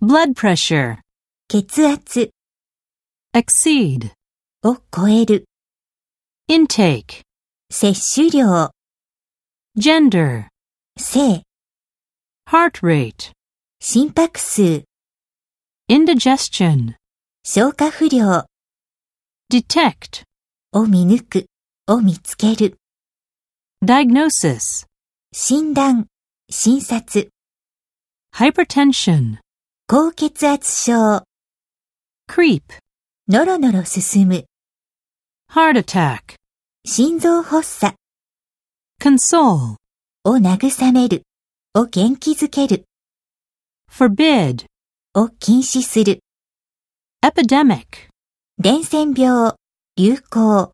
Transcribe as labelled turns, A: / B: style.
A: blood pressure,
B: 血圧
A: exceed,
B: を超える、
A: intake,
B: 摂取量、
A: gender,
B: 性、
A: heart rate,
B: 心拍数、
A: indigestion,
B: 消化不良
A: detect,
B: を見抜く、を見つける、
A: diagnosis,
B: 診断、診察、
A: hypertension,
B: 高血圧症、
A: creep,
B: のろのろ進む、
A: heart attack,
B: 心臓発作
A: console,
B: を慰める、を元気づける、
A: forbid,
B: を禁止する、
A: epidemic.
B: 伝染病、流行。